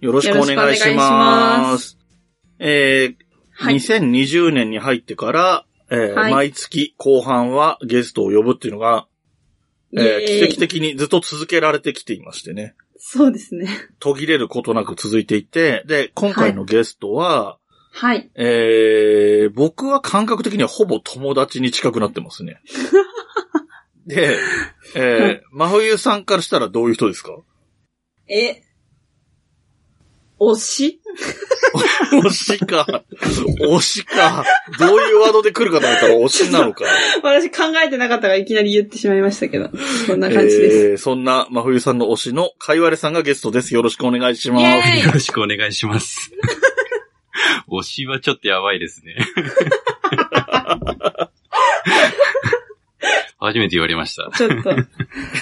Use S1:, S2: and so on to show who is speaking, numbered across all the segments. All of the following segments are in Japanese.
S1: よろしくお願いし
S2: よろしくお願いし
S1: ま。
S2: ます
S1: えー
S2: はい。
S1: 2020年に入ってから、えー
S2: はい
S1: 毎月後半はゲストを呼ぶっていうのが、えー
S2: イエーイ
S1: 奇跡的にずっと続けられてきていましてね。
S2: そうですね。
S1: 途切れることなく続いていて、で、今回のゲストは、
S2: はい。
S1: えー僕は感覚的にはほぼ友達に近くなってま すね。で、えー
S2: はい
S1: 真冬さんからしたらどういう 人ですか
S2: え、推し
S1: 推しか。推しか。どういうワードで来るかと思ったら推しなのか。
S2: 私考えてなかったからいきなり言ってしまいましたけど、そんな感じです。
S1: えーそんな真冬さんの推しのかいわれさんがゲストです。よろしくお願いします。
S2: イエーイ
S3: よろしくお願い します。推しはちょっとやばいですね。初めて言われました。
S2: ちょっと、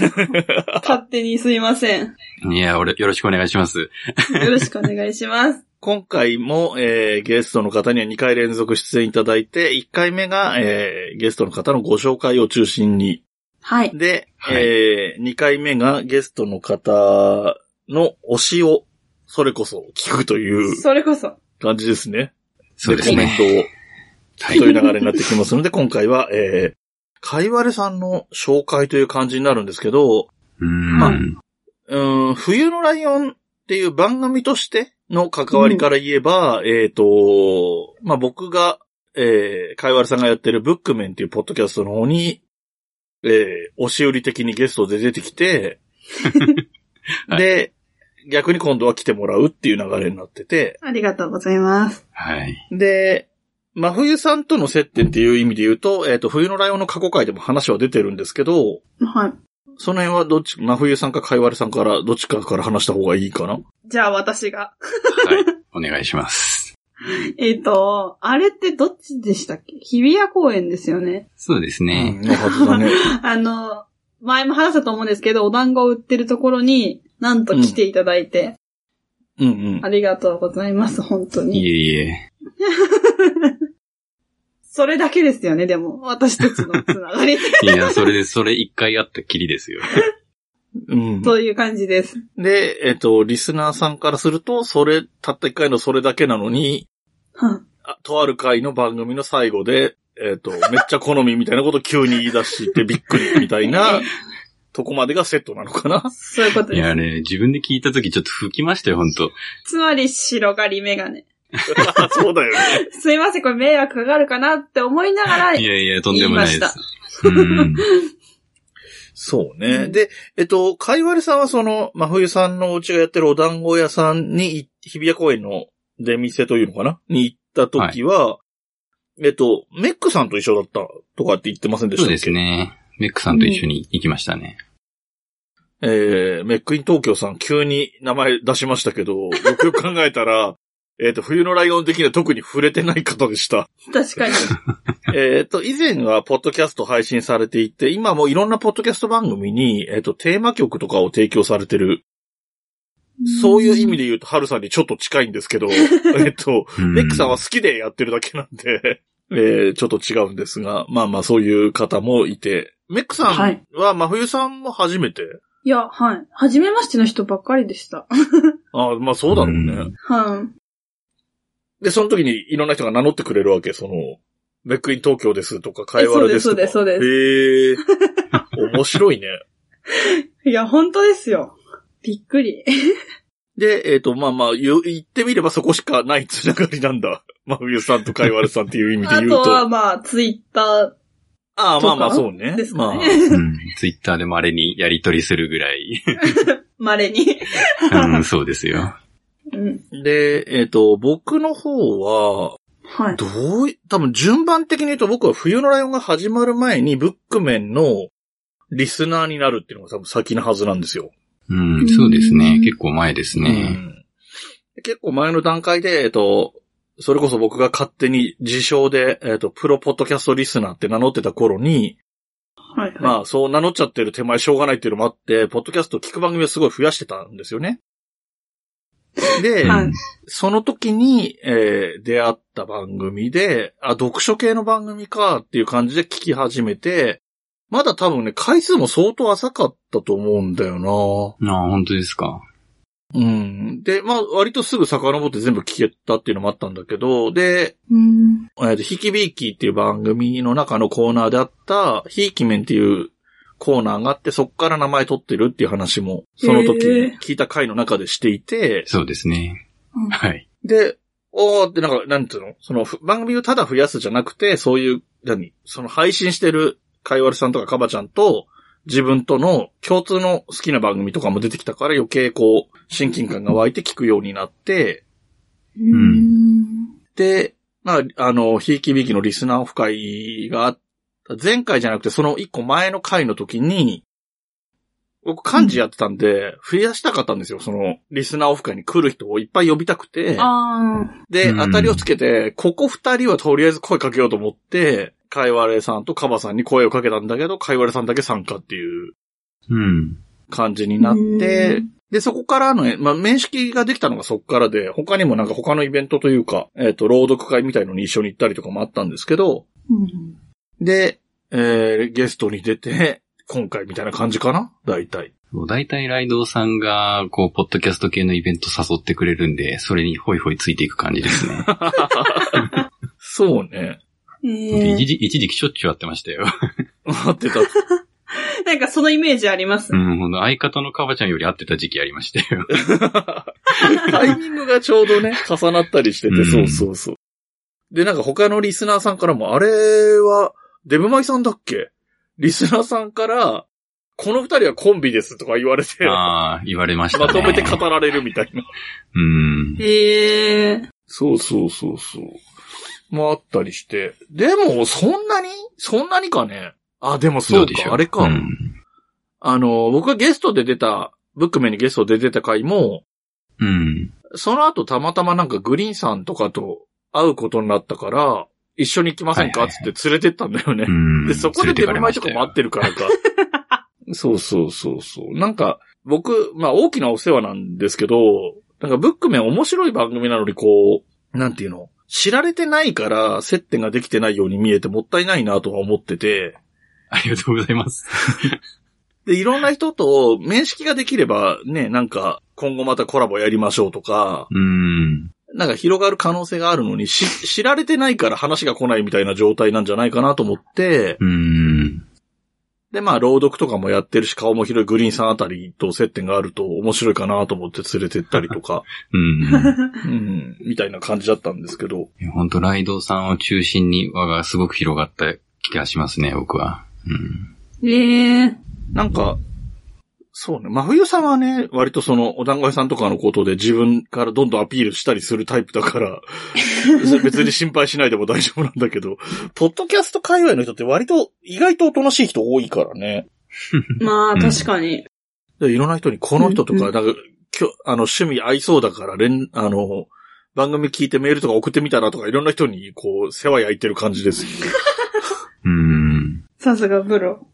S2: 勝手にすいません。
S3: いや、俺、よろしくお願いします。
S2: よろしくお願いします。
S1: 今回も、えーゲストの方には2回連続出演いただいて、1回目が、えーゲストの方のご紹介を中心に
S2: はい。
S1: で、
S3: はい
S1: えー、2回目がゲストの方の推しを、それこそ聞くという
S2: それこそ。
S1: 感じですね。
S3: そうです
S1: コメ
S3: ね。
S1: ントを、
S3: は
S1: と
S3: い
S1: いう流れになってきますので、今回は、えー、かいわれさんの紹介という感じになるんですけど、
S3: うー
S2: は
S3: ん。
S1: うーん、冬のライオンっていう番組としての関わりから言えば、えっ、と、まあ、僕が、えー、かいわれさんがやってるブックメンっていうポッドキャストの方に、えー、押し売り的にゲストで出てきて、
S3: はい
S1: で、逆に今度は来てもらうっていう流れになってて、
S2: ありがとうございます。
S3: はい。
S1: で、真冬さんとの接点っていう意味で言うと、えっ、と、冬のライオンの過去回でも話は出てるんですけど、
S2: はい。
S1: その辺はどっち、真冬さんかかいわれさんからどっちかから話した方がいいかな
S2: じゃあ私が。
S3: はい。お願いします。
S2: えっ、と、あれってどっちでしたっけ日比谷公園ですよね。
S3: そうで
S1: う
S3: す
S1: ん
S3: ね。
S1: のはずだね。
S2: あの、前も話したと思うんですけど、お団子を売ってるところに、なんと来ていただいて、
S1: うんうん。
S2: ありがとうございます、本当
S3: い
S2: に。
S3: えいえ。
S2: それだけですよね、でも。私たちのつなが り。
S3: いや、それで、それ一回あったきりですよ。
S1: うん、
S2: という感じです。
S1: で、えっ、と、リスナーさんからすると、それ、たった一回のそれだけなのに、
S2: は
S1: あとある回の番組の最後で、えっ、 と、めっちゃ好みみたいなこと急に言い出してびっくりみたい な、とこまでがセットなの かな。
S2: そういうこと
S3: い
S2: で
S3: や
S2: す。
S3: ね、自分で聞いたときちょっと吹きましたよ、ほんと。
S2: つまり、白刈りメガネ。
S1: そうだよね。
S2: すいません、これ迷惑かかるかなって思いながら、
S3: いやいや、とんでもない
S2: 言いま
S3: で
S2: し
S3: す。うん。
S1: そうね。
S2: うん
S1: で、えっ、と、かいわれさんはその、真冬さんのうちがやってるお団子屋さんに、日比谷公園の出店というのかなに行った時は、えっと、メックさんと一緒だったとかって言ってませんでした
S3: そう
S1: っけ
S3: ですね。メックさんと一緒に行きましたね。
S1: えー、メックイン東京さん急に名前出しましたけど、よくよく考えたら、 えっと、冬のライオン的には特に触れてない方でした。
S2: 確かに。
S1: えっと、以前はポッドキャスト配信されていて、今もいろんなポッドキャスト番組に、えっと、テーマ曲とかを提供されてる、 そういう意味
S2: で。
S1: で言うと、ハルさんにちょっと近いんですけど、えっと、
S3: う
S1: メックさんは好きでやってるだけなんで、えー、ちょっと違うんですが、まあまあそういう方もいて、メックさ
S2: はい
S1: んは真冬さんも初めて、
S2: いや、はい。初めましての人ばっかりでした。
S1: ああまあそうだろうね。
S3: うん
S2: はい。
S1: で、その時にいろんな人が名乗ってくれるわけ、その、メックイン東京ですとか、カイワラですとか。
S2: えそうですそう
S1: です、そうです。へえ。面白いね。
S2: いや、本当ですよ。びっくり。
S1: で、えっ、と、まあまあ、言言ってみればそこしかないつながりなんだ。 真冬さんとカイワラさんっていう意味
S2: あと
S1: で言うと。
S2: は、まあ、ツイッタ
S1: ああ、まあまあ、
S2: とか
S1: そうね
S2: ー。です
S1: ま
S2: か
S1: あ、
S2: ね。
S3: うんツイッターで稀にやり取りするぐ らい。
S2: 稀に。
S3: うん、そうですよ。
S2: うん。
S1: で、えっ、と、僕の方は、
S2: はい。
S1: どうい、多分順番的に言うと僕は冬のライオンが始まる前にブックメンのリスナーになるっていうのが多分先のはずなんですよ。
S3: うん、そうです
S2: う
S3: ね
S2: ん。
S3: 結構前ですね。
S1: 結構前の段階で、えっと、それこそ僕が勝手に自称で、えっと、プロポッドキャストリスナーって名乗ってた頃に、
S2: はいはい。
S1: まあ、そう名乗っちゃってる手前しょうがないっていうのもあって、ポッドキャスト聞く番組をすごい増やしてたんですよね。で、
S2: はい
S1: その時に、えー出会った番組で、あ、読書系の番組かっていう感じで聞き始めて、まだ多分ね、回数も相当浅かったと思うんだよ
S3: なあ、本当ですか。
S1: なうん。で、まあ、割とすぐ遡って全部聞けたっていうのもあったんだけど、で、
S2: うん。
S1: えっと、ひきびいきっていう番組の中のコーナーであった、ひいきめんっていうコーナーがあって、そっから名前取ってるっていう話も、その時
S2: へえ
S1: 聞いた回の中でしていて、
S3: そうですね。はい。
S1: で、おーってなんか、なんていうのそのふ番組をただ増やすじゃなくて、そういう、何その配信してるかいわるさんとかかばちゃんと、自分との共通の好きな番組とかも出てきたから余計こう、親近感が湧いて聞くようになって、
S2: うん。
S1: で、まあ、あの、ひいきびいきのリスナーオフ会があった、前回じゃなくてその一個前の回の時に、僕漢字やってたんで、増やしたかったんですよ。その、リスナーオフ会に来る人をいっぱい呼びたくて、
S2: ああ。
S1: で、
S3: うん
S1: 当たりをつけて、ここ二人はとりあえず声かけようと思って、かいわれさんとカバさんに声をかけたんだけど、かいわれさんだけ参加っていう
S3: うん。
S1: 感じになって
S2: う、ん
S1: で、そこからの、えまあ、面識ができたのがそこからで、他にもなんか他のイベントというか、えっ、と、朗読会みたいのに一緒に行ったりとかもあったんですけど、
S2: うん。
S1: で、えー、ゲストに出て、今回みたいな感じかな大体。
S3: そう大体ライドウさんが、こう、ポッドキャスト系のイベント誘ってくれるんで、それにホイホイついていく感じで すね。
S1: そうね。
S2: え
S3: 一
S2: え。
S3: 時、一時期しょっちゅうやってましたよ。
S1: 合ってた。
S2: なんかそのイメージあります
S3: う。ん、ほんと相方のカバちゃんより会ってた時期ありましたよ。
S1: タイミングがちょうどね、重なったりしてて、
S3: うん
S1: そうそうそう。で、なんか他のリスナーさんからも、あれは、デブマイさんだっけリスナーさんから、この二人はコンビですとか言われて、
S3: ああ、言われましたね。
S1: まとめて語られるみたいな。
S3: うん。
S2: ええ。
S1: そうそうそうそう。もあったりして。でも、そんなにそんなにかね。あ、でもそう
S3: どでし
S1: か、
S3: ょう
S1: あれか。
S3: うん。
S1: あの、僕がゲストで出た、ブックメンにゲストで出た回も、
S3: うん。
S1: その後たまたまなんかグリーンさんとかと会うことになったから、一緒に行きませんか
S3: はい
S1: つ
S3: は
S1: って連れてったんだよね。
S3: うん
S1: で、そこでデブマイとかも会っ。
S3: 連れ
S1: てるからか。 そうそうそうそう。なんか、僕、まあ大きなお世話なんですけど、なんかブックメン面白い番組なのにこう、なんていうの知られてないから接点ができてないように見えてもったいないなとは思ってて、
S3: かれましたよありがとうございます。
S1: で、いろんな人と面識ができればね、なんか今後またコラボやりましょうとか、
S3: うん。
S1: なんか広がる可能性があるのに、し知られてないから話が来ないみたいな状態なんじゃないかなと思って、
S3: うん。
S1: で、まあ、朗読とかもやってるし、顔も広いグリーンさんあたりと接点があると面白いかなと思って連れてったりとか、
S3: うん。
S1: うん、みたいな感じだったんですけど。
S3: 本当ライドウさんを中心に輪がすごく広がった気がしますね、僕は。うん。
S2: ええ。
S1: なんか、そうね、真冬さんはね、割とその、お団子屋さんとかのことで自分からどんどんアピールしたりするタイプだから、別に心配しないでも大丈夫なんだけど、ポッドキャスト界隈の人って割と意外とおとなしい人多いからね。
S2: まあ確かに。
S1: でいろんな人に、この人と
S2: うん
S1: か、
S2: う
S1: なんか、きょあの、趣味合いそうだから、連、あの、番組聞いてメールとか送ってみたらとか、いろんな人に、こう、世話焼いてる感じです。
S3: うん。
S2: さすがプロ。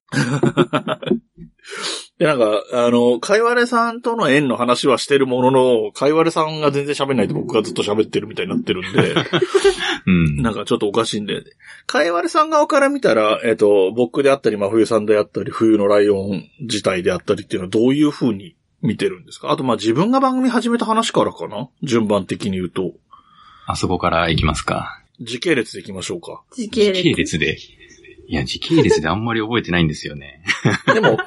S1: で、なんか、あの、かいわれさんとの縁の話はしてるものの、かいわれさんが全然喋んないと僕がずっと喋ってるみたいになってるんで、
S3: うん。
S1: なんかちょっとおかしいんで、かいわれさん側から見たら、えっと、僕であったり、真冬さんであったり、冬のライオン自体であったりっていうのはどういう風に見てるんですかあと、まあ、自分が番組始めた話からかな順番的に言うと。
S3: あそこから行きますか。
S1: 時系列でいきましょうか。
S2: 時系
S3: 時系
S2: 列。
S3: 列で。いや、時系列であんまり覚えてないんですよね。
S1: でも、
S3: と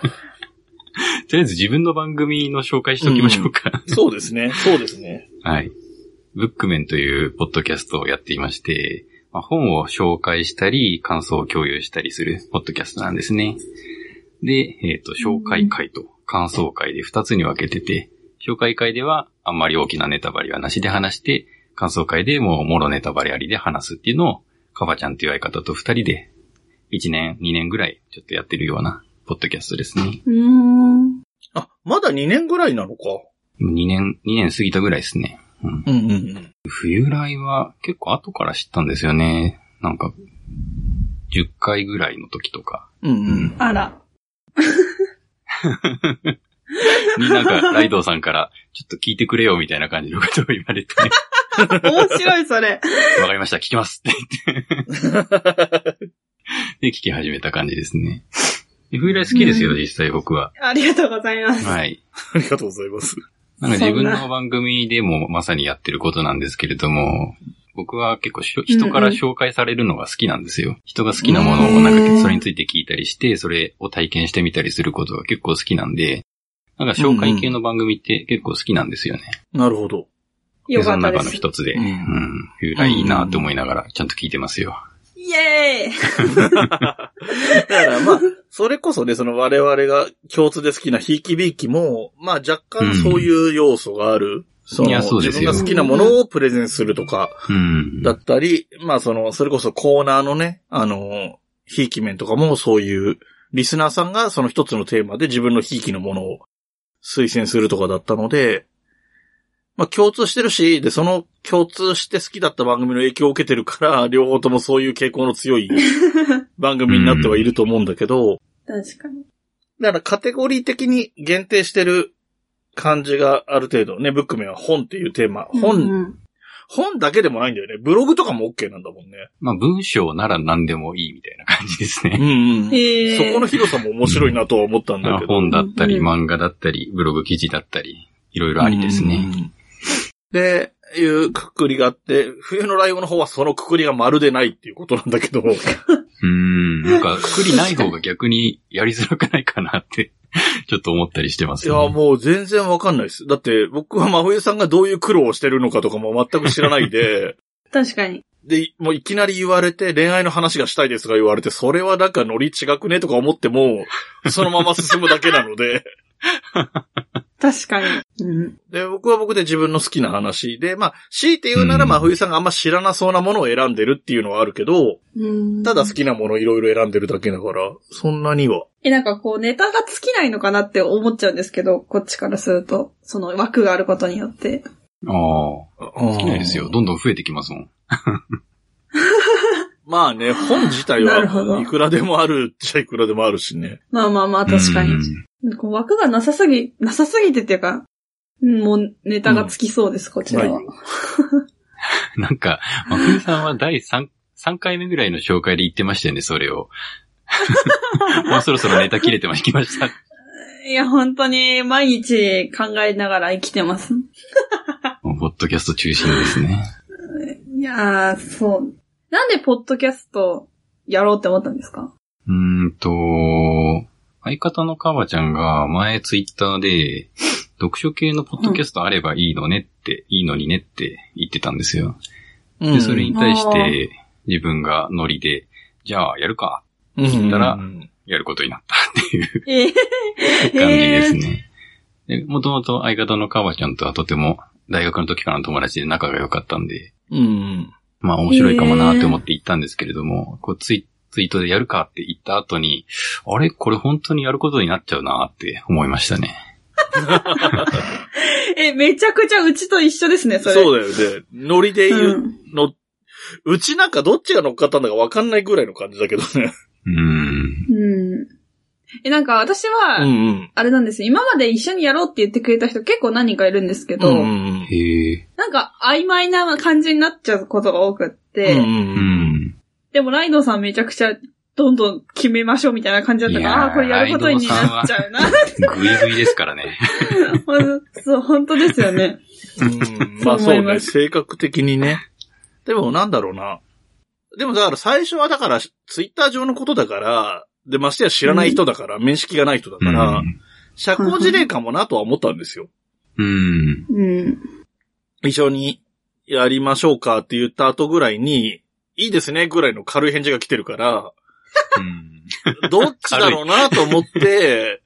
S3: りあえず自分の番組の紹介しておきましょうか。
S1: そうですね。そうですね。
S3: はい。ブックメンというポッドキャストをやっていまして、まあ、本を紹介したり、感想を共有したりするポッドキャストなんですね。で、えっ、と、紹介会と感想会で2つに分けてて、紹介会ではあんまり大きなネタバレはなしで話して、感想会でもうもろネタバレありで話すっていうのを、カバちゃんという相方と2人で、1年、2年ぐらいちょっとやってるようなポッドキャストですね。
S2: うーん。
S1: あ、まだ2年ぐらいなのか。
S3: 2年、2年過ぎたぐらいですね。うん。
S1: うんうんうん。
S3: 冬来は結構後から知ったんですよね。なんか、10回ぐらいの時とか。
S1: うんうん。
S2: あら。
S3: になんか、ライドウさんから、ちょっと聞いてくれよみたいな感じのことを言 われて、
S2: 面白い、それ。
S3: わかりました、聞きますって言って、聞き始めた感じですね。で冬来好きですよ、
S2: うん
S3: 実際僕は。
S2: ありがとうございます。
S3: はい。
S1: ありがとうございます。
S3: なんか自分
S2: そん
S3: の番組でもまさにやってることなんですけれども、僕は結構しょ人から紹介されるのが好きなんですよ。人が好きなものをなんかそれについて聞いたりして、それを体験してみたりすることが結構好きなんで、なんか紹介系の番組って結構好きなんですよね。
S1: なるほ ど。
S2: よ
S3: で
S2: か
S3: そ
S2: っ
S3: の
S2: たで
S3: 中の
S2: す。
S3: 一つで、
S1: う
S3: うんん、冬来いいなと思いながらちゃんと聞いてますよ。
S2: イエーイ
S1: だからまあ、それこそね、その我々が共通で好きなひいきびいきも、まあ若干そういう要素がある。その
S3: いやそうで
S1: 自
S3: す
S1: 分
S3: よ
S1: が好きなものをプレゼンするとか、
S3: うん。
S1: だったり、まあその、それこそコーナーのね、あの、ひいき面とかもそういう、リスナーさんがその一つのテーマで自分のひいきのものを推薦するとかだったので、まあ共通してるし、で、その共通して好きだった番組の影響を受けてるから、 両方ともそういう傾向の強い番組になってはいると思うんだけど、
S2: 確かに。
S1: だからカテゴリー的に限定してる感じがある程度ね、ブック面は本っていうテーマ、本、
S2: うん
S1: 本だけでもないんだよね。ブログとかも OK なんだもんね。
S3: まあ文章なら何でもいいみたいな感じです
S1: う
S3: ね。
S1: んうん。
S2: へー
S1: そこの広さも面白いなとは思ったんだけど。
S3: 本だったり
S2: うん
S3: 漫画だったり、ブログ記事だったり、いろいろありです
S1: う
S3: ね。
S1: ん。で、いうくくりがあって、冬のライオンの方はそのくくりがまるでないっていうことなんだけど、
S3: うーん。なんか、くくりない方が逆にやりづらくないかな って、ちょっと思ったりしてま
S1: い
S3: す
S1: や、
S3: よ、ね。
S1: もう全然わかんないです。だって、僕は真冬さんがどういう苦労をしてるのかとかも全く知らない で、
S2: 確かに。
S1: で、もういきなり言われて、恋愛の話がしたいですが言われて、それはなんかノリ違くねとか思っても、そのまま進むだけなので、
S2: 確かに。うん。
S1: で、僕は僕で自分の好きな話で、まあ、強いて言うなら、
S3: うん
S1: まあ、冬さんがあんま知らなそうなものを選んでるっていうのはあるけど、
S2: うん
S1: ただ好きなものをいろいろ選んでるだけだから、そんなには。
S2: え、なんかこう、ネタが尽きないのかなって思っちゃうんですけど、こっちからすると。その枠があることによって。
S3: ああ。
S1: 好
S3: 好きなんですよ。。どんどん増えてきますもん。
S1: まあね、本自体
S2: なるほど
S1: はいくらでもあるっちゃいくらでもあるしね。
S2: まあまあまあ、確か
S3: うん
S2: に。こう枠がなさすぎ、なさすぎてっていうか、うんもうネタが尽きそうです、こちらは。
S3: なんか、まふさんは第3、3回目ぐらいの紹介で言ってましたよね、それ を。もうそろそろネタ切れてまいりました。
S2: いや、本当に毎日考えながら生きてます。
S3: もうポッドキャスト中心ですね。
S2: いやー、そう。なんでポッドキャストやろうって思ったんですか
S3: うーんと、相方のかばちゃんが前ツイッターで、読書系のポッドキャストあればいいのねって、いいのにねって言ってたんですよ。
S1: う
S3: で、それに対し
S2: あ
S3: て、自分がノリで、じゃあやるか、
S1: 言
S3: ったら
S1: うん
S3: やることになった っていう
S2: ええ
S3: 感じですね。でもともと相方のかばちゃんとはとても大学の時からの友達で仲が良かったんで、
S1: うん。
S3: まあ面白いかもなって思って行ったんですけれども、こうツイツイートでやるかって言った後に、あれこれ本当にやることになっちゃうなって思いましたね。
S2: え、めちゃくちゃうちと一緒ですね、そ
S1: そ
S2: れ。
S1: うだよね。ノリで言
S2: う
S1: うんの、うちなんかどっちが乗っかったんだかわかんないぐらいの感じだけどね。
S3: うーん。
S2: うん。え、なんか私は、
S1: うん
S2: あれなんですよ今まで一緒にやろうって言ってくれた人結構何人かいるんですけ
S1: うん。う
S2: ど、
S1: んうん
S3: へえ。
S2: なんか曖昧な感じになっちゃうことが多くって、
S1: うん
S3: う
S1: うん。
S3: ん。
S2: でもライドさんめちゃくちゃどんどん決めましょうみたいな感じだったか
S3: い
S2: ら、
S3: やー
S2: ああー、これやることになっちゃうな。
S3: ぐいぐいですか らね。
S2: ほんそう、本当ですよね。
S1: うんまあそ
S2: そ
S1: う
S2: う思いま
S1: ね、
S2: す
S1: 性格的にね。でもなんだろうな。でもだから最初はだから、ツイッター上のことだから、で、ましてや知らない人だから、面識がない人だ
S3: う
S1: から、
S3: ん。
S1: 社交辞令かもなとは思ったんですよ。
S3: うん。
S2: うん。
S1: 一緒にやりましょうかって言った後ぐらいに、いいですねぐらいの軽い返事が来てるから、どっちだろうなと思って、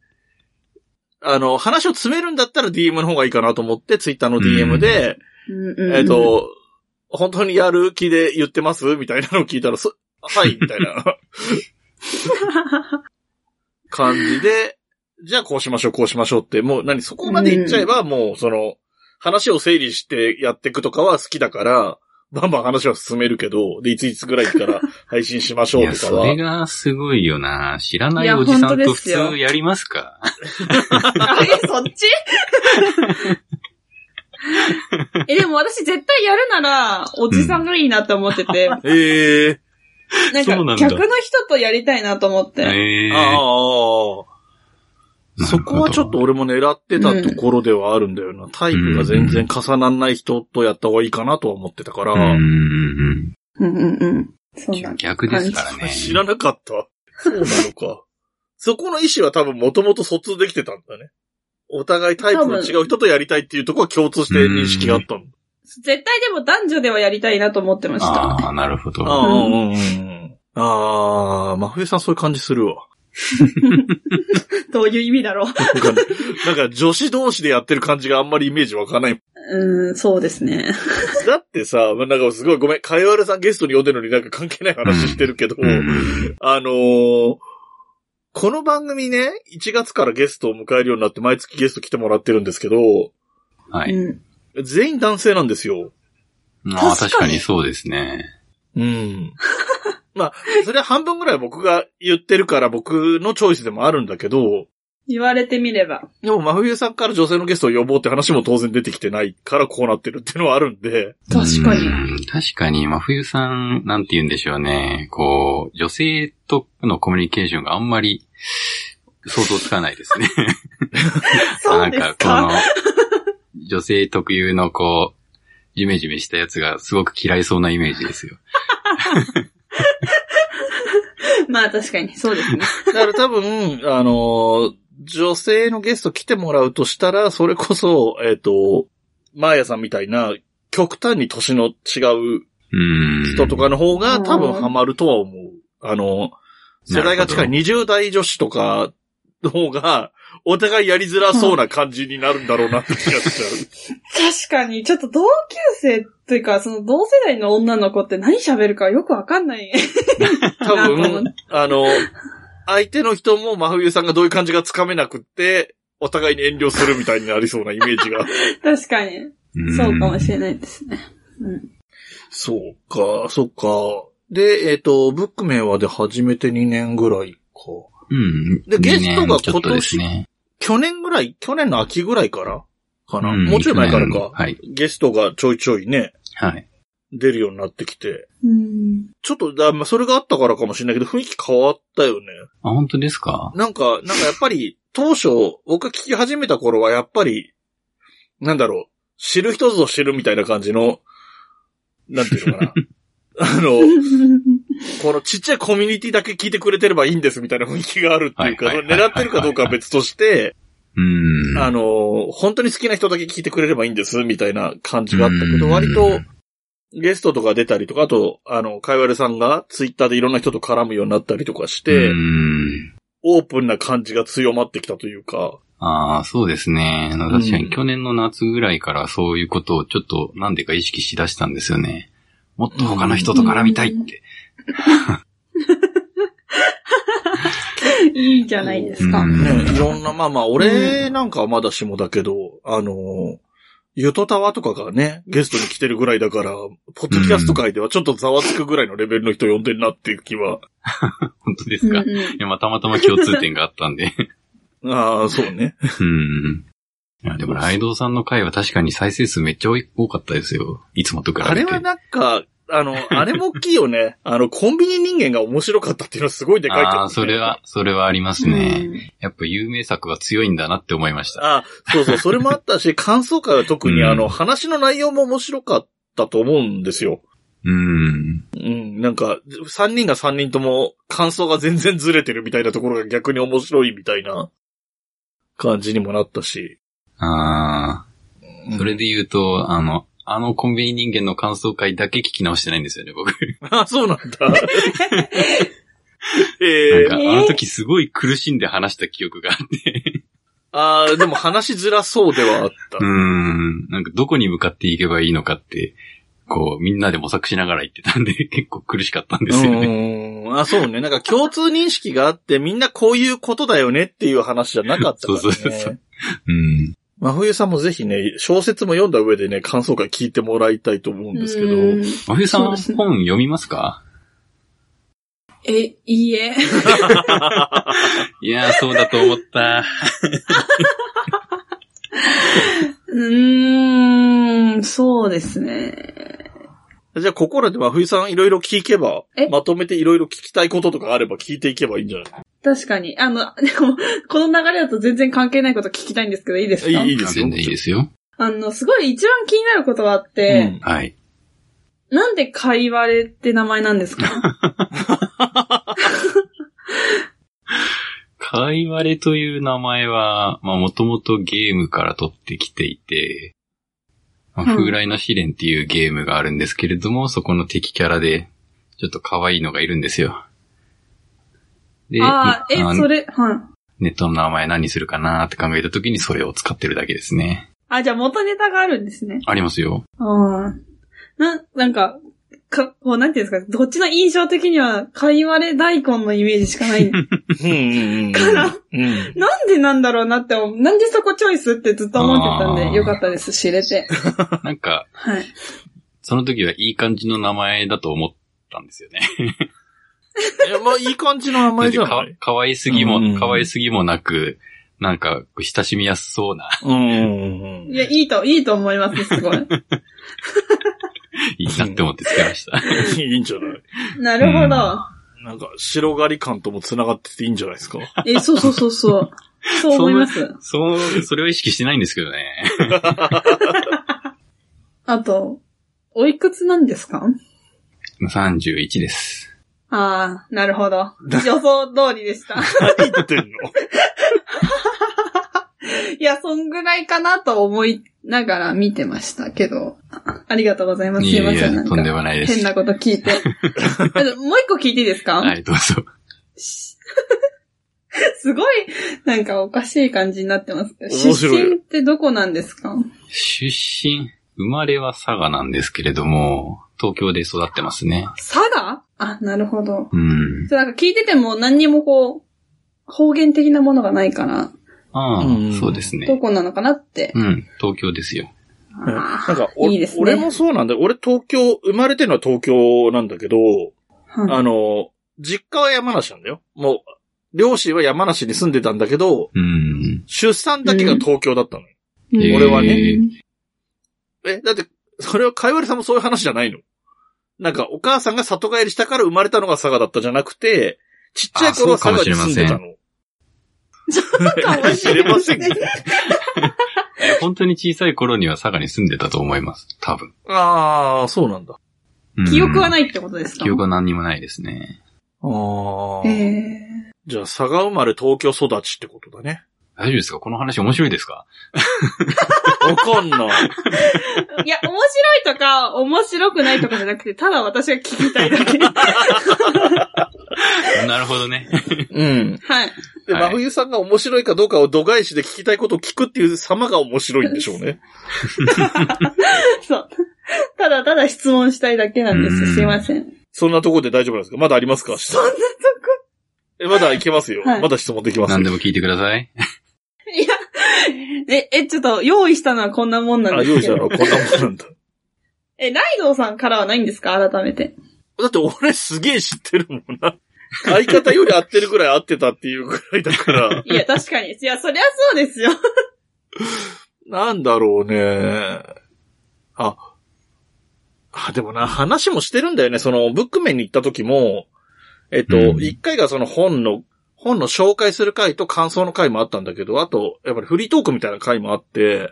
S1: あの、話を詰めるんだったら DM の方がいいかなと思って、ツイッターの DM で、
S2: うんうん
S1: えっ、、と、本当にやる気で言ってますみたいなのを聞いたら、そはい、みたいな感じで、じゃあこうしましょう、こうしましょうって、もう何、そこまで言っちゃえば、もうその、話を整理してやっていくとかは好きだから、バンバン話は進めるけど、で、いついつぐらいから配信しまし
S3: い
S1: ょう
S3: や、
S1: とか
S3: それ
S1: は。
S3: がすごいよな。知らない
S2: いや
S3: おじさ
S2: 本当
S3: ん
S2: で
S3: と普
S2: すよ
S3: 通やりますか
S2: あれ、そっち え、でも私絶対やるなら、おじさんがいいなって思って て、
S1: ええ
S2: なん
S3: そう
S2: か
S3: なんだ
S2: 逆の人とやりたいなと思って。
S3: ええ
S1: ー。ああ。そこはちょっと。俺も狙ってたところではあるんだよな。タイプが全然重ならない人とやった方がいいかなとは思ってたか
S3: なるほど
S1: ら
S2: う
S3: う、ん
S2: んうんうん。そ
S3: うん
S2: うなんだ。
S3: うん。逆ですからね。
S1: 知らなかった。そうなのか。 そこの意思は多分もともと疎通できてたんだね。お互いタイプの違う人とやりたいっていうところは共通して認識があったの。
S2: 絶対でも男女ではやりたいなと思ってました。
S3: ああ、なるほど。
S1: ああ、う
S2: うん
S1: うんうん。ああ、真冬さんそういう感じするわ。
S2: どういう意味だろう。
S1: なんかなんか女子同士でやってる感じがあんまりイメージわかんない。
S2: うーん、そうですね。
S1: だってさ、なんかすごいごめん、かいわれさんゲストに呼んでるのになんか関係ない話してるけど、
S3: うんうん
S1: あのーこの番組ね、1月からゲストを迎えるようになって毎月ゲスト来てもらってるんですけど、
S3: はい。
S2: うん。
S1: 全員男性なんですよ。
S3: まあ
S2: 確
S3: 確
S2: か
S3: か
S2: に
S3: にそうですね。
S1: うん。 まあ、それは半分ぐらい僕が言ってるから僕のチョイスでもあるんだけど、
S2: 言われてみれば。
S1: でも真冬さんから女性のゲストを呼ぼうって話も当然出てきてないからこうなってるっていうのはあるんで、
S2: 確かに。
S3: うん。確かに、真冬さん、なんて言うんでしょうね。こう、女性とのコミュニケーションがあんまり想像つかないですね。
S2: そうですか
S3: なんかこの、女性特有のこう、ジメジメしたやつがすごく嫌いそうなイメージですよ。
S2: まあ確かに、そうですね。
S1: だから多 分、あのー女性のゲスト来てもらうとしたら、それこそ、えっ、と、マーヤさんみたいな極端に年の違う
S3: うん。
S1: 人とかの方が
S2: うん
S1: 多分ハマるとは思う。あの、世代が近い
S3: な
S1: 20代女子とかの方が、お互いやりづらそうな感じになるんだろうなって気がしちゃ
S2: 確かに、ちょっと同級生というか、その同世代の女の子って何喋るかよくわかんない。
S1: う。 多
S2: なるほど
S1: 分、あの、相手の人も真冬さんがどういう感じがつかめなくって、お互いに遠慮するみたいになりそうなイメージが。
S2: 確かに。そうかもしれないですね。うん。
S1: そうか、そうか。で、えっ、と、ブックメンはで始めて2年ぐらいか。
S3: うん。
S1: でゲストが今年
S3: 二年ちょっとですね。
S1: 去年ぐらい、去年の秋ぐらいからかな。
S3: うん
S1: もうちょい前から
S3: 去年
S1: か。
S3: はい。
S1: ゲストがちょいちょいね、
S3: はい。
S1: 出るようになってきて。
S2: うん。
S1: ちょっとだ、まあ、それがあったからかもしれないけど、雰囲気変わったよね。
S3: あ、本当ですか
S1: なんか、なんかやっぱり、当初、僕が聞き始めた頃は、やっぱり、なんだろう、知る人ぞ知るみたいな感じの、なんていうのか な。あの、このちっちゃいコミュニティだけ聞いてくれてればいいんですみたいな雰囲気があるっていうか、
S3: はいはいはいはい
S1: 狙ってるかどうかは別として、
S3: うん。
S1: あの、本当に好きな人だけ聞いてくれればいいんですみたいな感じがあったけど、
S3: うん
S1: 割とゲストとか出たりとか、あと、あの、かいわれさんがツイッターでいろんな人と絡むようになったりとかして、
S3: うん。
S1: オープンな感じが強まってきたというか、
S3: ああ、そうですね。あの確か
S1: うん
S3: に去年の夏ぐらいからそういうことをちょっとなんでか意識しだしたんですよね。もっと他の人と絡みたいって。
S2: いいじゃないですか。
S3: う
S1: ね、いろんな、まあまあ、俺なんかはまだしもだけど、あの、ゆとたわとかがね、ゲストに来てるぐらいだから、ポッドキャスト界ではちょっとざわつくぐらいのレベルの人呼んでんなっていう気は。
S3: 本当で
S2: う
S3: す
S2: ん
S3: か、い
S2: うん
S3: や、まあ、たまたま共通点があったんで。
S1: ああ、そうね。
S3: うん。いや、でも、ライドウさんの回は確かに再生数めっちゃ多かったですよ。いつもと比べて。
S1: あれはなんか、あ の、あれも大きいよね。あの、コンビニ人間が面白かったっていうのはすごいでかいけど、ね。
S3: ああ、それ。は、それはありますね。やっぱ有名作は強いんだなって思いました。
S1: あそうそう、それもあった し、感想会は特に
S3: うん
S1: あの、話の内容も面白かったと思うんですよ。
S3: うん。
S1: うん、なんか、3人が3人とも感想が全然ずれてるみたいなところが逆に面白いみたいな感じにもなったし。う
S3: ああ、
S1: ん
S3: それで言うと、あの、あのコンビニ人間の感想会だけ聞き直してないんですよね、僕。
S1: あ、そう なんだ。
S3: な
S1: ええ
S3: んか、あの時すごい苦しんで話した記憶があって。
S1: ああ、でも話しづらそうではあった。
S3: うん。なんか、どこに向かっていけばいいのかって、こう、みんなで模索しながら言ってたんで、結構苦しかったんですよね。
S1: うーん。あ、そうね。なんか共通認 識があって、みんなこういうことだよねっていう話じゃなかったからね。
S3: そうそうそうそううん。
S1: 真冬さんもぜひね、小説も読んだ上でね、感想会聞いてもらいたいと思うんですけど、
S2: うん
S3: 真冬さん、
S2: そう
S3: 本
S2: ですね
S3: 読みますか
S2: え、いいえ。
S3: いやー、そうだと思った。
S2: うーん、そうですね。
S1: じゃあ、ここらで真冬さんいろいろ聞けば
S2: え、
S1: まとめていろいろ聞きたいこととかあれば聞いていけばいいんじゃない
S2: 確かに。あの、 でも、この流れだと全然関係ないこと聞きたいんですけど、いいですか
S1: いいいいですよ。
S3: 全然いいですよ。
S2: あの、すごい一番気になることがあっ
S1: う
S2: て
S1: ん、
S3: はい。
S2: なんでカイワレって名前なんですか
S3: カイワレという名前は、まあもともとゲームから取ってきていて、まあ
S2: うん
S3: 風来の試練っていうゲームがあるんですけれども、そこの敵キャラで、ちょっと可愛いのがいるんですよ。で、
S2: ああ、え、
S3: まあ
S2: それ、はい。
S3: ネットの名前何するかなーって考えた時にそれを使ってるだけですね。
S2: あ、じゃあ元ネタがあるんですね。
S3: ありますよ。
S2: ああ。な、なんか、か、こう、なんていうんですか、どっちの印象的には、カイワレ大根のイメージしかない。な
S1: うんうんうん
S2: から
S1: うん。
S2: んでなんだろうなって思う、なんでそこチョイスってずっと思ってたん
S3: あー
S2: で、よかったです、知れて。
S3: なんか、
S2: はい。
S3: その時はいい感じの名前だと思ったんですよね。
S1: いや、まあ、いい感じの名前じゃな
S3: か
S1: い
S3: 可愛すぎ
S1: うん
S3: も、可愛すぎもなく、なんか、親しみやすそうな、
S1: うんうんうん
S2: いや、いいと、いいと思います、すごい。
S3: いいなって思ってつけました。
S1: いいんじゃない
S2: なるほど。
S1: なんか、白狩り感とも繋がってていいんじゃないですか。
S2: え、そうそうそうそう。そう思います。
S3: そう、それを意識してないんですけどね。
S2: あと、おいくつなんですか
S3: 31です。
S2: ああ、なるほど。予想通りでした。
S1: 何言ってんの
S2: いや、そんぐらいかなと思いながら見てましたけど。あありがとうございます。す
S3: い
S2: いま
S3: やい
S2: せん。な
S3: や、
S2: ん
S3: とんで
S2: か
S3: もないで
S2: 変
S3: す。
S2: なこと聞いて。あのもう一個聞いていいですか、
S3: はい、どうぞ。
S2: しすごい、なんかおかしい感じになってますけど。
S1: 面
S2: 出
S1: 白い
S2: 身ってどこなんですか
S3: 出身、生まれは佐賀なんですけれども、東京で育ってますね。
S2: 佐賀あ、なるほど。
S3: うん。
S2: そう、なんか聞いてても何にもこう、方言的なものがないから、
S3: ああ、
S1: うん
S3: そうです
S2: ど
S3: ね。
S2: こなのかなって。
S3: うん、東京ですよ。
S1: うんなんかお
S2: いいですね
S1: 俺もそうなんだよ。俺東京、生まれてるのは東京なんだけど、
S2: はい
S1: あの、実家は山梨なんだよ。もう、両親は山梨に住んでたんだけど、
S3: うん。
S1: 出産だけが東京だったのよ。
S2: うん
S1: 俺はね
S2: うん
S1: え、だって、それは、かいわれさんもそういう話じゃないのなんか、お母さんが里帰りしたから生まれたのが佐賀だったじゃなくて、ちっちゃい頃は佐賀に住んでたの。
S2: かもし
S1: 知
S2: れ
S1: れ
S2: ま
S1: ま
S2: せ
S1: せ
S2: ん
S1: ん
S2: けど
S3: え本当に小さい頃には佐賀に住んでたと思います。多分。
S1: ああ、そうなんだ。
S3: うん
S2: 記憶はないってことですか
S3: 記憶は何にもないですね。
S1: あ
S2: え
S1: あ。
S2: え
S1: じゃあ、佐賀生まれ東京育ちってことだ ね。
S3: 大丈夫ですかこの話面白いですか
S1: わかんない。
S2: いや、面白いとか、面白くないとかじゃなくて、ただ私が聞きたいだけ。
S3: なるほどね。
S1: うん。
S2: はい。
S1: で、
S3: はい
S1: 真冬さんが面白いかどうかを度外視で聞きたいことを聞くっていう様が面白いんでしょう ね。
S2: そう。ただただ質問したいだけなんで
S3: う
S2: す。
S3: ん
S2: すいません。
S1: そんなところで大丈夫なんですかまだありますか
S2: そんなとこ。
S1: え、まだいけますよ。
S2: はい
S1: まだ質問できます
S3: 何
S1: よ。
S3: でも聞いてください。
S2: いや、え、え、ちょっと用意したのはこんなもんなん
S1: あ、
S2: です
S1: 用意し
S2: け
S1: たの
S2: ど。
S1: はこんなもんなんだ。
S2: え、ライドウさんからはないんですか改めて。
S1: だって俺すげえ知ってるもんな。相方より合ってるぐらい合ってたっていうぐらいだから、
S2: いや、確かに。いや、そりゃそうですよ。
S1: なんだろうね。あ、あ、でもな、話もしてるんだよね。その、ブック面に行った時も、えっと、
S3: うん
S1: 一、回がその本の、本の紹介する回と感想の回もあったんだけど、あと、やっぱりフリートークみたいな回もあって、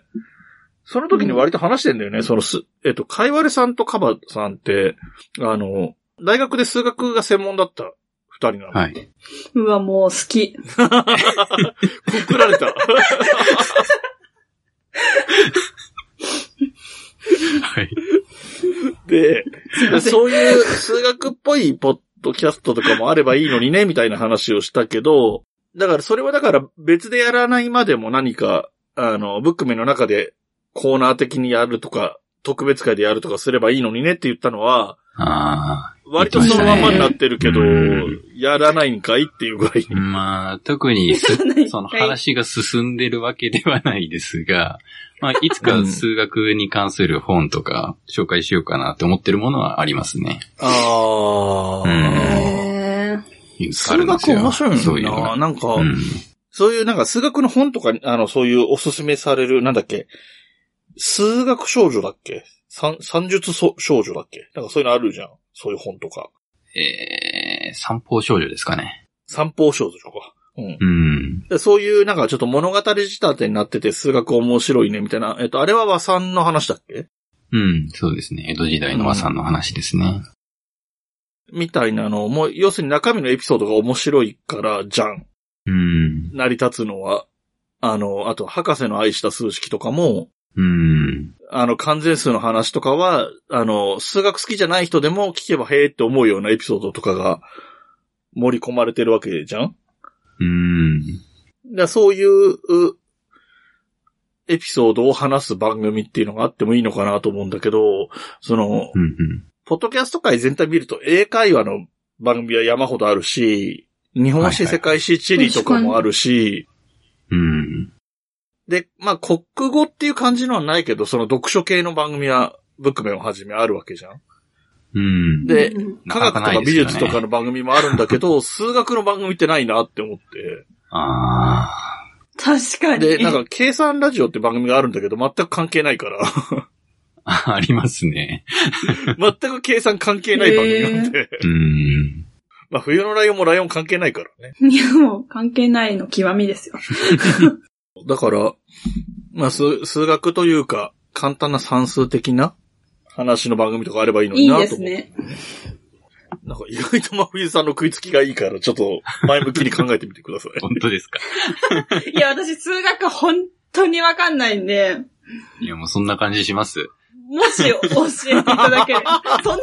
S1: その時に割と話してんだよね。そのす、えっと、かいわれさんとカバさんって、あの、大学で数学が専門だった二人なの。
S3: はい。
S2: うわ、もう好き。
S1: くくられ た。
S3: はい。
S1: で、
S2: ません
S1: そういう数学っぽいポッドキャストとかもあればいいのにね、みたいな話をしたけど、だからそれはだから別でやらないまでも何か、あの、ブックメンの中でコーナー的にやるとか、特別会でやるとかすればいいのにねって言ったのは、
S3: ああ、
S1: 割とそのまんまになってるけど、
S3: うん
S1: やらないんかいっていうぐらいに。
S3: まあ、特にす
S2: ない、
S3: その話が進んでるわけではないですが、まあ、いつ
S1: う
S3: か
S1: ん
S3: 数学に関する本とか紹介しようかなって思ってるものはありますね。
S1: あ
S3: うん
S1: あ。
S2: へー
S1: 数学面白い
S3: そ
S1: の
S3: う
S1: に
S3: いうの
S1: な。
S3: が。
S1: なんか、
S3: うん。
S1: そういうなんか数学の本とかに、あの、そういうおすすめされる、なんだっけ、数学少女だっけ算算術そ少女だっけなんかそういうのあるじゃん。そういう本とか。
S3: えー、散歩少女ですかね。
S1: 三方少女とか。うん
S3: うん。
S1: で。そういうなんかちょっと物語仕立てになってて数学面白いねみたいな。えっと、あれは和算の話だっけ
S3: うん、そうですね。江戸時代の和さんの話ですね。
S1: みたいなのも、要するに中身のエピソードが面白いから、じゃん。
S3: うん。
S1: 成り立つのは。あの、あと、博士の愛した数式とかも、
S3: うん。
S1: あの、完全数の話とかは、あの、数学好きじゃない人でも聞けばへーって思うようなエピソードとかが盛り込まれてるわけじゃん
S3: うん。
S1: だからそういううエピソードを話す番組っていうのがあってもいいのかなと思うんだけど、その
S3: う、ん。
S1: ポッドキャスト界全体見ると英会話の番組は山ほどあるし、日本史、
S3: はいはい
S1: 世界史、地理とかもあるし、
S3: うん。
S1: で、まあ、国語っていう感じのはないけど、その読書系の番組は、ブックメンをはじめあるわけじゃん
S3: うん。
S1: で
S2: うん
S3: な
S1: 科
S3: か
S1: 学と
S3: なかな
S1: か
S3: い
S1: 美
S3: ですよね
S1: 術とかの番組もあるんだけ ど、数学の番組ってないなって思って。
S3: あ
S2: 確かに。
S1: で、なんか、計算ラジオって番組があるんだけど、全く関係ないから、
S3: あ、ありますね。
S1: 全く計算関係ない番組なんで、
S3: うん。
S1: まあ、冬のライオンもライオン関係ないからね。
S2: いや、もう関係ないの極みですよ。
S1: だから、まあ、数数学というか、簡単な算数的な話の番組とかあればいいの
S2: い
S1: に
S2: い
S1: な
S2: です
S1: と思って。
S2: ね。
S1: なんか意外と真冬さんの食いつきがいいから、ちょっと前向きに考えてみてください。
S3: 本当ですか。
S2: いや、私数学本当にわかんないんで、
S3: いや、もうそんな感じします。
S2: もし教えていただけれ ば、そんな感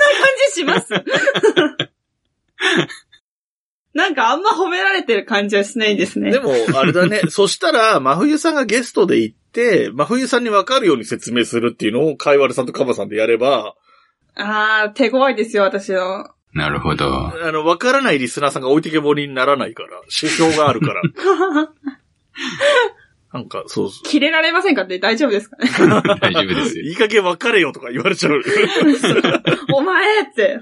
S2: じします なんかあんま褒められてる感じはしないですね。
S1: でも、あれだ ね。そしたら、真冬さんがゲストで行って、真冬さんに分かるように説明するっていうのを、かいわれさんとカバさんでやれば、
S2: あー、手強いですよ、私の。
S3: なるほど。
S1: あの、分からないリスナーさんが置いてけぼりにならないから、指標がある から。なんか、そうそう。
S2: 切れられませんかって大丈夫ですかね
S3: 大丈夫です よ。
S1: いい加減分かれよとか言われ ちゃう。
S2: お前って。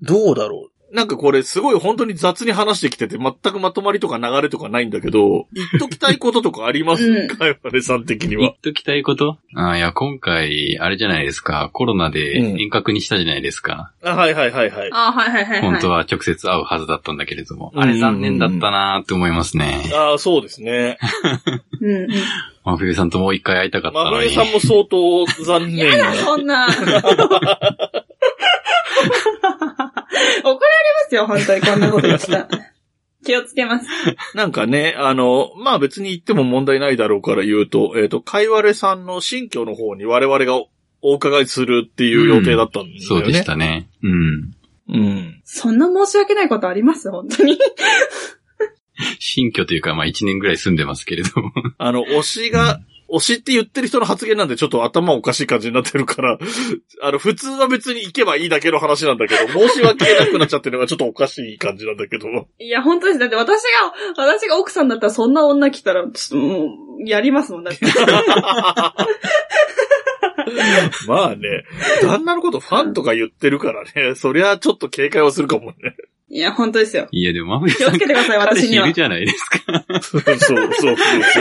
S1: どうだろう。なんかこれすごい本当に雑に話してきてて、全くまとまりとか流れとかないんだけど、言っときたいこととかあります、
S2: うん
S1: かいわれさん的に
S3: 言っ
S1: は。
S3: ときたいことあいや、今回、あれじゃないですか。コロナで遠隔にしたじゃないですか。
S1: あ、はいはいはいはい。
S2: あー、はいはいはい、はい。
S3: 本当は直接会うはずだったんだけれども。
S1: うん
S3: あれ残念だったなーって思いますね。
S1: ああ、そうです ね。
S2: うんうん。
S3: 真冬さんともう一回会いたかった
S1: 真
S3: のに
S1: 冬。さんも相当残念
S2: や だ、
S1: な。
S2: そんな。 怒られますよ、本当にこんなこと言ったら。気をつけます。
S1: なんかね、あの、まあ別に言っても問題ないだろうから言うと、えっ、と、かいわれさんの新居の方に我々がおお伺いするっていう予定だったんだよね。
S3: そうでし。たね。うん。
S1: うん。
S2: そんな申し訳ないことあります本当に。
S3: 新居というか、まあ一年ぐらい住んでますけれども。
S1: あの、推しが、推しって言ってる人の発言なんでちょっと頭おかしい感じになってるから、 あの、普通は別に行けばいいだけの話なんだけど、申し訳なくなっちゃってるのがちょっとおかしい感じなんだけど。
S2: いや、本当です。だって私が、私が奥さんだったらそんな女来たら、ちょっともう、やりますもん。だって。
S1: まあね、旦那のことファンとか言ってるからね、そりゃちょっと警戒はするかもね。
S2: いや、本当ですよ。
S3: いや、でも真冬
S2: 気を
S3: さ
S2: つ
S3: ん
S2: けてください、
S3: 彼
S2: 私
S3: 氏い
S2: には
S3: る。じゃないですか。
S1: そうそうそうそ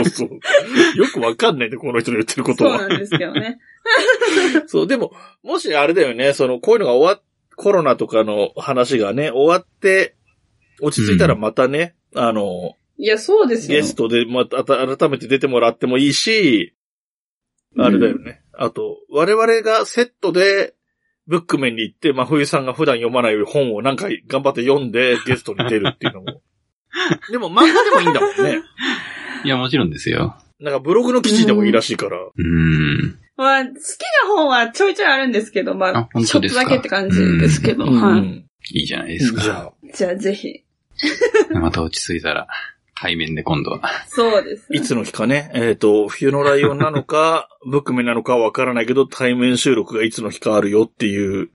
S1: うそう。よくわかんないね、この人の言ってること
S2: そう
S1: は。
S2: なんですけどね。
S1: そう、でも、もしあれだよね、その、こういうのが終わっ、コロナとかの話がね、終わって、落ち着いたらまたね、あの、
S2: いや、そうですよ
S1: ゲ。ストでまた改めて出てもらってもいいし、あれだよね。あと、我々がセットで、ブックメンに行って、真冬さんが普段読まない本を何回頑張って読んで、ゲストに出るっていうの も。でも漫画でもいいんだもんね。
S3: いや、もちろんですよ。
S1: なんかブログの記事でもいいらしいから。
S3: うん。
S2: まあ、好きな本はちょいちょいあるんですけど、ま
S3: あ
S2: あ、
S3: 本
S2: ちょ
S3: 当
S2: っ
S3: で
S2: と
S3: すか
S2: だけって感じですけど、
S1: うん
S2: はい。
S3: いいじゃないです
S1: じ
S3: か。
S1: ゃあ、
S2: じゃあ、ぜひ。
S3: また落ち着いたら、対面で今度は。
S2: そうです。
S1: いつの日かね、えっ、と、冬の ライオンなのか、ブックメンなのかはわからないけど、対面収録がいつの日かあるよっていう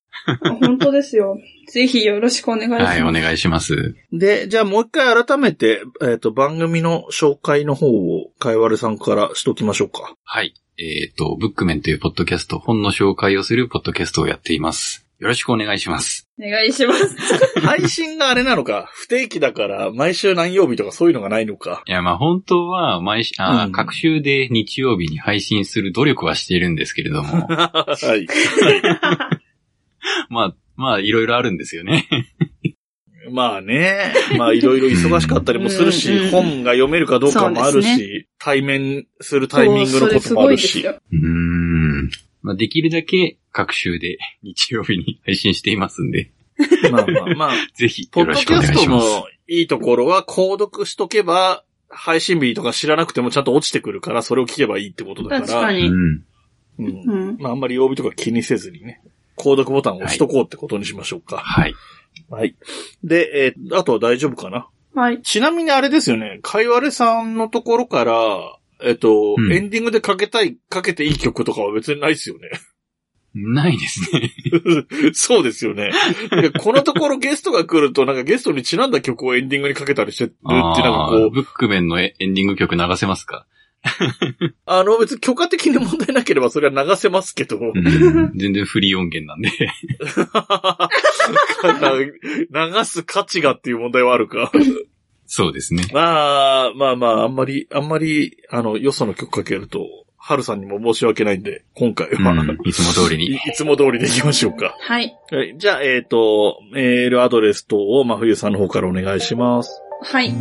S2: 本当ですよ。ぜひよろしくお願いします。
S3: はい、お願いします。
S1: で、じゃあもう一回改めて、えっ、と、番組の紹介の方を、かいわれさんからしときましょう か。
S3: はい。えっ、と、ブックメンというポッドキャスト、本の紹介をするポッドキャストをやっています。よろしくお願いします。
S2: お願いします。
S1: 配信があれなのか、不定期だから、毎週何曜日とかそういうのがないのか。
S3: いや、まあ本当は毎週、あー
S1: うん、
S3: 各週で日曜日に配信する努力はしているんですけれど も
S1: はい。
S3: まあ、まあいろいろあるんですよね。
S1: まあね、まあいろいろ忙しかったりもするし、
S2: うん
S1: 本が読めるかどうかもある
S4: そう
S1: し、対面するタイミングのこともあ
S2: そうそれ
S1: る
S2: すごいです
S1: し。
S2: よ。
S3: うーん。まあできるだけ各週で日曜日に配信していますんで、
S1: まあまあまあ、
S3: ぜひ
S1: ポ
S3: よ
S1: ッド
S3: ろし
S1: キ
S3: くお
S1: ャ
S3: 願い
S1: ス
S3: し
S1: ト
S3: ま
S1: の
S3: す。
S1: いいところは、購読しとけば、配信日とか知らなくてもちゃんと落ちてくるから、それを聞けばいいってことだから。
S2: 確かに。
S3: うん。
S1: うん
S2: うん。
S1: まああんまり曜日とか気にせずにね、購読ボタンを押しとこうってことにしましょうか。
S3: はい。
S1: はい。で、えーあとは大丈夫かな
S2: はい。
S1: ちなみにあれですよね、かいわれさんのところから、えっと、
S3: うん
S1: エンディングでかけたい、かけていい曲とかは別にないですよね。
S3: ないですね。
S1: そうですよね。なんかこのところゲストが来ると、なんかゲストにちなんだ曲をエンディングにかけたりしてるって、なんか
S3: あ
S1: こ
S3: ー
S1: う、
S3: ブックメンのエエンディング曲流せますか、
S1: あの別に許可的に問題なければそれは流せますけど、
S3: うん、 全然フリー音源なんで。
S1: 流す価値がっていう問題はある か。
S3: そうですね。
S1: まあ、まあまあ、あんまり、あんまり、あの、よその曲かけると、はるさんにも申し訳ないんで、今回
S3: う
S1: は、
S3: ん、いつも通り
S1: い
S3: に。
S1: いつも通りでいきましょうか。
S2: はい。
S1: はいじゃあ、えっ、と、メールアドレス等を真冬さんの方からお願いします。
S2: はい。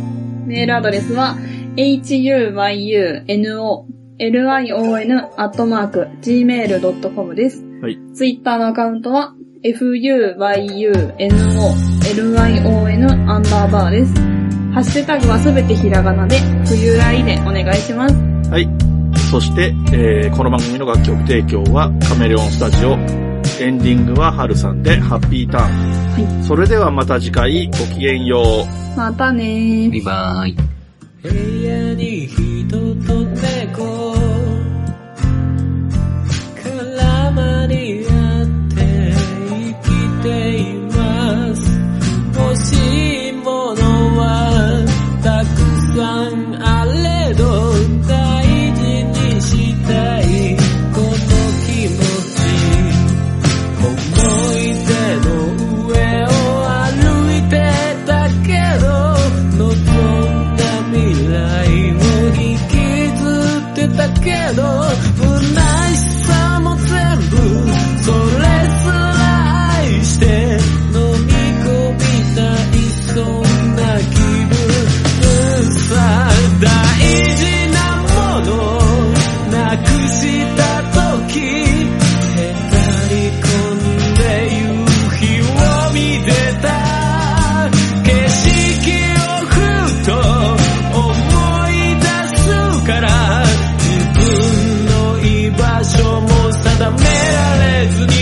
S2: メールアドレスは、huyunolion.gmail.com です。
S1: はい。
S2: ツイッターのアカウントは、fuyunolion アンダーバーです。ハッシュタグはすべてひらがなで、冬来でお願いします。
S1: はい。そして、えーこの番組の楽曲提供はカメレオンスタジオ。エンディングははるさんで、ハッピーターン。はい。それではまた次回、ごきげんよう。
S2: またねー
S3: バ。イバーイ。
S4: 部屋に人と猫絡まり合って生きています欲しいものはたくさんあれど大事にしたいこの気持ち思い出の上を歩いてたけど望んだ未来を引きずってたけど不なしさも全部それすら愛して飲み込みたいそんな気分さ大事なものなくした時へたり込んで夕日を見てた景色をふと思い出すから自分の居場所も定められずに